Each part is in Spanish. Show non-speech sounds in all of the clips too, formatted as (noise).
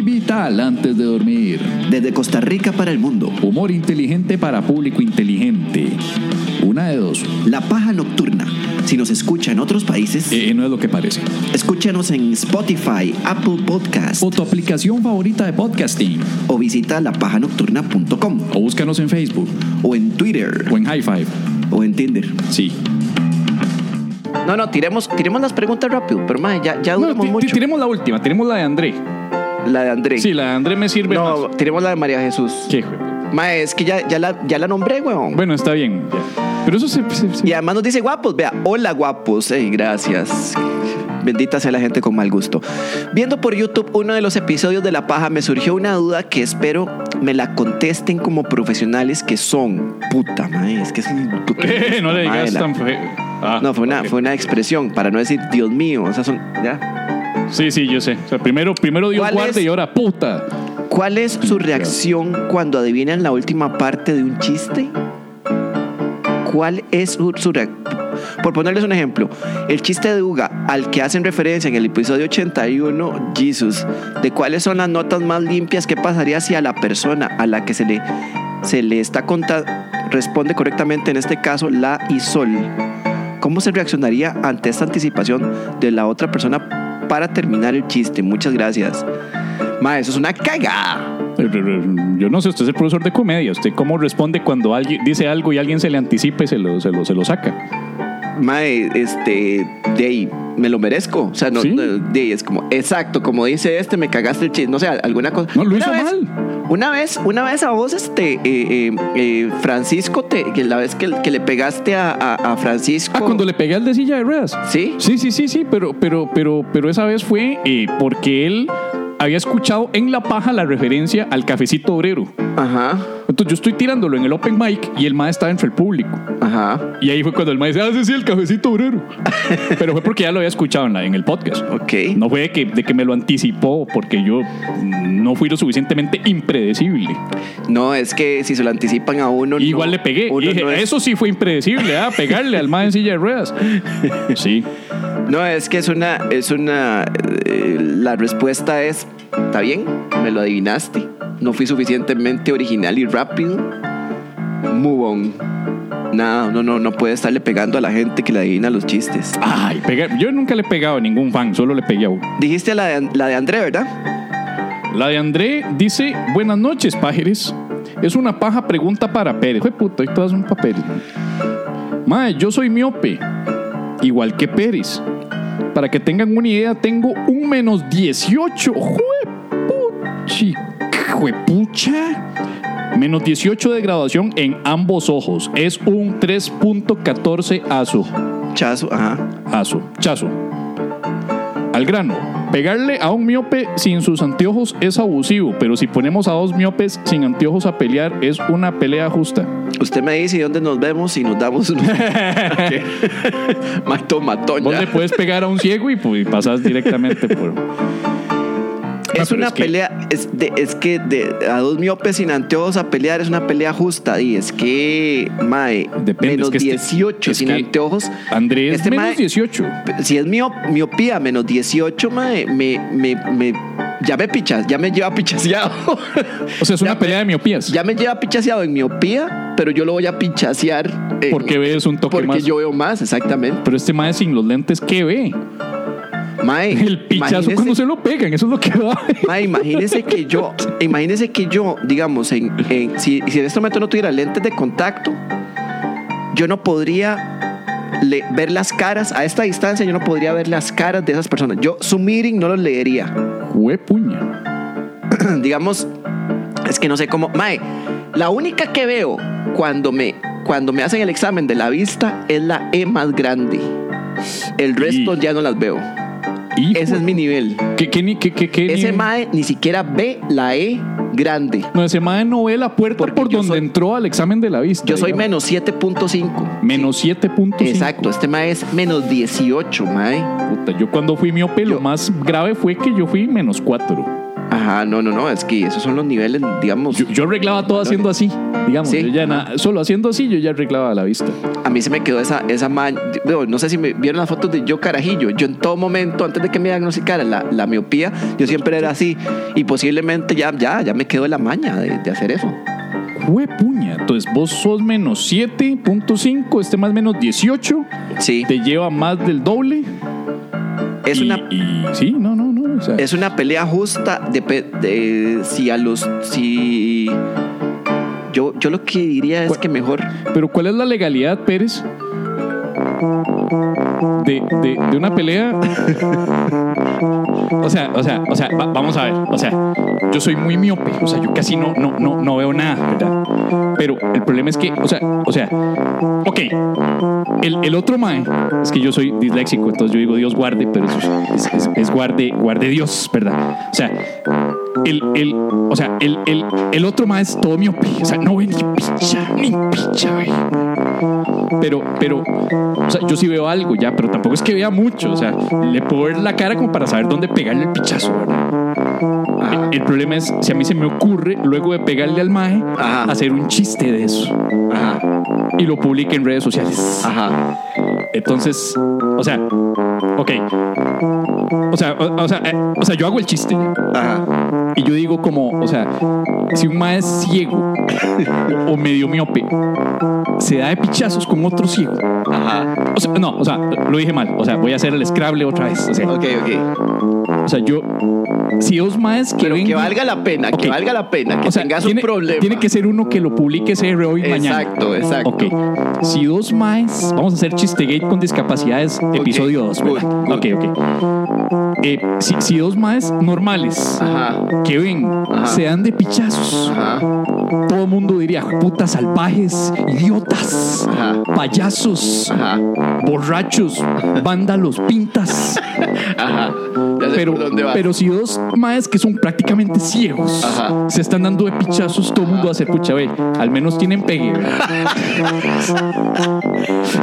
Vital antes de dormir. desde Costa Rica para el mundo. Humor inteligente para público inteligente. Una de dos. La Paja Nocturna. Si nos escucha en otros países, Eh, no es lo que parece. escúchanos en Spotify, Apple Podcast O tu aplicación favorita de podcasting. o visita lapajanocturna.com O búscanos en Facebook. o en Twitter O en High Five. o en Tinder. Sí. No, no, tiremos, tiremos las preguntas rápido, pero mae, ya, ya No, duramos ti- ti- mucho. tiremos la última. Tiremos la de André. La de André. Sí, la de André me sirve no, más. tiremos la de María Jesús. Qué jue- Mae, es que ya, ya, la, ya la nombré, weón. Bueno, está bien. Pero eso se... se- (laughs) se- Y además nos dice guapos, vea, hola guapos, Ey, gracias. Bendita sea la gente con mal gusto. Viendo por YouTube uno de los episodios de La Paja, me surgió una duda que espero me la contesten como profesionales que son. Puta madre, es que es (laughs) un- Eh, no le digas Madre, la- tan feo. Ah, No, fue una, ok. fue una expresión para no decir Dios mío. O sea, son, ¿ya? Sí, sí, yo sé. O sea, primero, primero Dios ¿Cuál guarde es? y ahora puta. ¿Cuál es su reacción cuando adivinan la última parte de un chiste? ¿Cuál es su, reacción? Por ponerles un ejemplo, el chiste de Uga, al que hacen referencia en el episodio 81, Jesus, de cuáles son las notas más limpias que pasaría si a la persona a la que se le, se le está contando responde correctamente, en este caso, la y sol. ¿Cómo se reaccionaría ante esta anticipación de la otra persona para terminar el chiste? Muchas gracias. Ma, eso es una cagada. Eh, Yo no sé, usted es el profesor de comedia. ¿Usted cómo responde cuando alguien dice algo y alguien se le anticipa y se lo, se lo, se lo saca? Mae, este, de ahí, me lo merezco. O sea, no, Sí. no, de ahí, es como, exacto, como dice este, me cagaste el chiste. No sé, alguna cosa. No, lo Una hizo vez- mal. Una vez, una vez a vos, este, eh, eh, eh, Francisco, te, que la vez que, que le pegaste a, a- a Francisco. Ah, cuando le pegué al de silla de ruedas. Sí. Sí, sí, sí, sí, pero, pero, pero, pero esa vez fue eh, porque él había escuchado en la paja la referencia al cafecito obrero. Ajá, Entonces yo estoy tirándolo en el open mic y el más estaba entre el público. ajá. Y ahí fue cuando el maestro dice, ah, sí, sí, el cafecito obrero. (laughs) Pero fue porque ya lo había escuchado en, la- en el podcast. Ok. No fue de que, de que me lo anticipó, porque yo no fui lo suficientemente impredecible. No, es que si se lo anticipan a uno. Igual no, le pegué. uno Y dije, no es- Eso sí fue impredecible, ¿ah? pegarle al más en silla (laughs) de ruedas. Sí. No, es que es una, es una, eh, la respuesta es, está bien, me lo adivinaste, no fui suficientemente original y rápido, move on. No, no, no, no puede estarle pegando a la gente que le adivina los chistes. Ay, pegué- yo nunca le he pegado a ningún fan, solo le pegué a uno. Dijiste la de, la de André, ¿verdad? La de André dice, buenas noches, pájeres. Es una paja pregunta para Pérez. Fue puto, ahí todas son papeles. Mae, yo soy miope, igual que Pérez. Para que tengan una idea, tengo un menos 18. Juepuchi- juepucha. Menos 18 de graduación en ambos ojos. Es un 3.14 aso. Chazo, ajá. Aso, chazo. Al grano, pegarle a un miope sin sus anteojos es abusivo, pero si ponemos a dos miopes sin anteojos a pelear es una pelea justa. Usted me dice dónde nos vemos y nos damos (laughs) un... (laughs) Mato, matón, Vos ya. le puedes pegar a un ciego y pues, pasas directamente por... Ah, (laughs) Es pero una es que- pelea, es, de- es que de, a dos miopes sin anteojos a pelear es una pelea justa. Y es que, mae, Depende, menos es que este- 18 es sin que anteojos. Andrés, Este menos mae- 18. Si es mio- miopía, menos 18, mae, me, me, me- ya me pichas, ya me lleva pichaseado. (laughs) O sea, es una Ya- pelea de miopías. ya me lleva pichaseado en miopía, pero yo lo voy a pichasear. en- porque ves un toque porque más. yo veo más, exactamente. Pero este mae sin los lentes, ¿qué ve? Mae, El pichazo imagínese- cuando se lo pegan, eso es lo que (laughs) va. Ma, imagínese que yo, imagínese que yo, digamos, en, en- si, si en este momento no tuviera lentes de contacto, yo no podría le- ver las caras, a esta distancia yo no podría ver las caras de esas personas. Yo su meeting no los leería. (clears throat) Juepuña. digamos, es que no sé cómo. Mae, la única que veo cuando me, cuando me hacen el examen de la vista es la E más grande. El resto Y- ya no las veo. Hijo. Ese es mi nivel. ¿Qué, qué, ni- qué, qué, qué Ese ni- mae ni siquiera ve la E grande. No, ese mae no ve la puerta Porque por yo donde soy- entró al examen de la vista. Yo soy digamos. menos 7.5. Menos 7.5. Exacto, este mae es menos 18, mae. Puta, yo cuando fui miope, Yo- lo más grave fue que yo fui menos 4. Ajá, no, no, no, es que esos son los niveles, digamos. Yo, yo arreglaba todo haciendo así, digamos. Sí. Yo ya na- solo haciendo así, yo ya arreglaba la vista. A mí se me quedó esa, esa man- digo, No sé si me vieron las fotos de yo carajillo. Yo en todo momento, antes de que me diagnosticara la, la miopía, yo siempre era así. Y posiblemente ya, ya, ya me quedó la maña de, de hacer eso. Jue puña. Entonces vos sos menos 7.5, este más menos 18, Sí. te lleva más del doble. Es y, una, y- sí, no, no, no. o sea, es una pelea justa de, pe- de- si a los. Si. Yo, yo lo que diría es Bueno. que mejor. Pero ¿cuál es la legalidad, Pérez? De, de- de una pelea. (laughs) o sea, o sea, o sea, va- vamos a ver. O sea, yo soy muy miope. O sea, yo casi no, no, no, no veo nada, ¿verdad? Pero el problema es que, o sea, o sea, ok. El, el otro mae, es que yo soy disléxico, entonces yo digo Dios guarde, pero eso es, es- es- es guarde, guarde Dios, ¿verdad? O sea, el, el, o sea, el, el, el otro mae es todo miope. O sea, no ve ni picha, ni picha, güey. Pero, pero, o sea, yo sí veo algo ya, pero tampoco es que vea mucho. O sea, le puedo ver la cara como para saber dónde pegarle el pichazo, ¿verdad? Ajá. El problema es si a mí se me ocurre, luego de pegarle al mae, Ajá. hacer un chiste de eso Ajá. y lo publique en redes sociales. Ah. Ajá. Entonces, o sea, ok. O sea, o, o sea, eh, o sea, yo hago el chiste Ajá. y yo digo como, o sea, si un mae es ciego o medio miope, se da de pichazos con otro ciego. Ajá. O sea, no, o sea, lo dije mal. O sea, voy a hacer el Scrabble otra vez. O sea, Ok, ok. o sea, yo, si dos maes que Pero que vengan- valga la pena, Ok. que valga la pena, que o sea, tengas tiene, un problema. Tiene que ser uno que lo publique CR hoy mañana. Exacto, exacto. Ok. Si dos maes, vamos a hacer Chistegate con discapacidades, episodio 2. good, Ok, ok. Eh, si, si dos maes normales Ajá. que ven Ajá. se dan de pichazos, Ajá. todo el mundo diría: putas salvajes, idiotas, Ajá. payasos, Ajá. borrachos, vándalos, (laughs) pintas. Ajá. Ya sé Pero, por dónde vas. pero si dos maes que son prácticamente ciegos Ajá. se están dando de pichazos, todo el mundo va a hacer pucha, ve, al menos (laughs) tienen pegue. (laughs)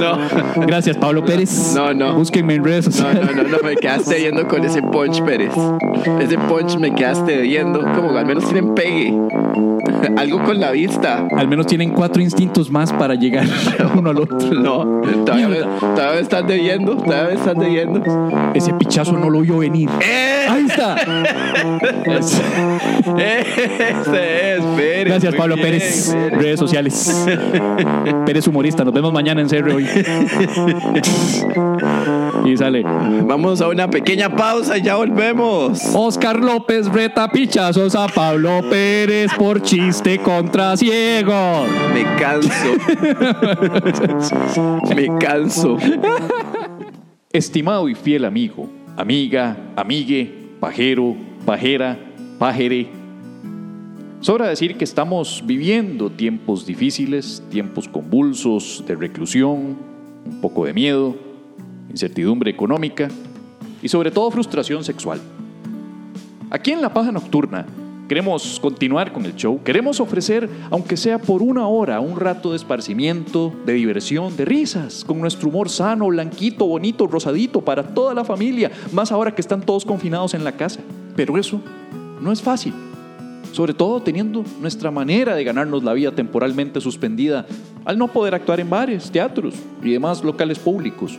No. Gracias, Pablo Pérez. No, no. Búsquenme en redes No, sociales. no, no, no, me quedaste viendo con ese punch, Pérez. Ese punch me quedaste viendo. Como al menos tienen pegue. (laughs) Algo con la vista. Al menos tienen cuatro instintos más para llegar (laughs) uno al otro. No, todavía, me- Mierda. todavía me estás debiendo, todavía me estás debiendo. (laughs) Ese pichazo no lo vio venir. ¡Eh! Ahí está. (laughs) Es- Ese es Pérez. Gracias, muy Pablo bien, Pérez. Pérez. Redes sociales. Pérez humorista. Nos vemos mañana en serio hoy. y sale. Vamos a una pequeña pausa y ya volvemos. Oscar López reta pichazos a Pablo Pérez por chiste contra ciegos. Me canso. (laughs) Me canso. Estimado y fiel amigo, amiga, amigue, pajero, pajera, pajere. Sobra decir que estamos viviendo tiempos difíciles, tiempos convulsos de reclusión, un poco de miedo, incertidumbre económica y sobre todo frustración sexual. Aquí en La Paja Nocturna queremos continuar con el show, queremos ofrecer, aunque sea por una hora, un rato de esparcimiento, de diversión, de risas, con nuestro humor sano, blanquito, bonito, rosadito, para toda la familia, más ahora que están todos confinados en la casa. Pero eso no es fácil, sobre todo teniendo nuestra manera de ganarnos la vida temporalmente suspendida al no poder actuar en bares, teatros y demás locales públicos.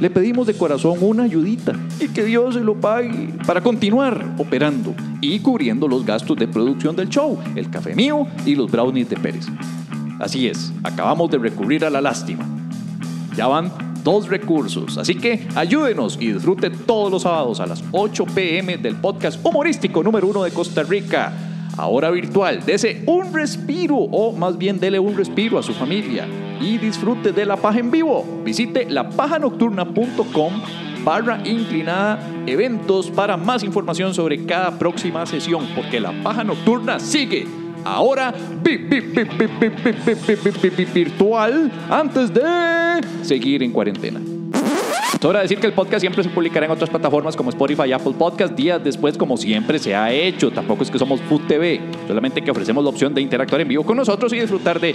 le pedimos de corazón una ayudita y que Dios se lo pague para continuar operando y cubriendo los gastos de producción del show, el café mío y los brownies de Pérez. Así es, acabamos de recurrir a la lástima. Ya van dos recursos, así que ayúdenos y disfrute todos los sábados a las 8 pm del podcast humorístico número uno de Costa Rica. Ahora virtual, dese un respiro o más bien dele un respiro a su familia y disfrute de la paja en vivo. Visite lapajanocturna.com barra inclinada eventos para más información sobre cada próxima sesión, porque la paja nocturna sigue ahora vi- vi- vi- vi- vi- vi- vi- vi- vi- vi- virtual antes de seguir en cuarentena. Sobra decir que el podcast siempre se publicará en otras plataformas como Spotify y Apple Podcast días después, como siempre se ha hecho. Tampoco es que somos Food TV, solamente que ofrecemos la opción de interactuar en vivo con nosotros y disfrutar de.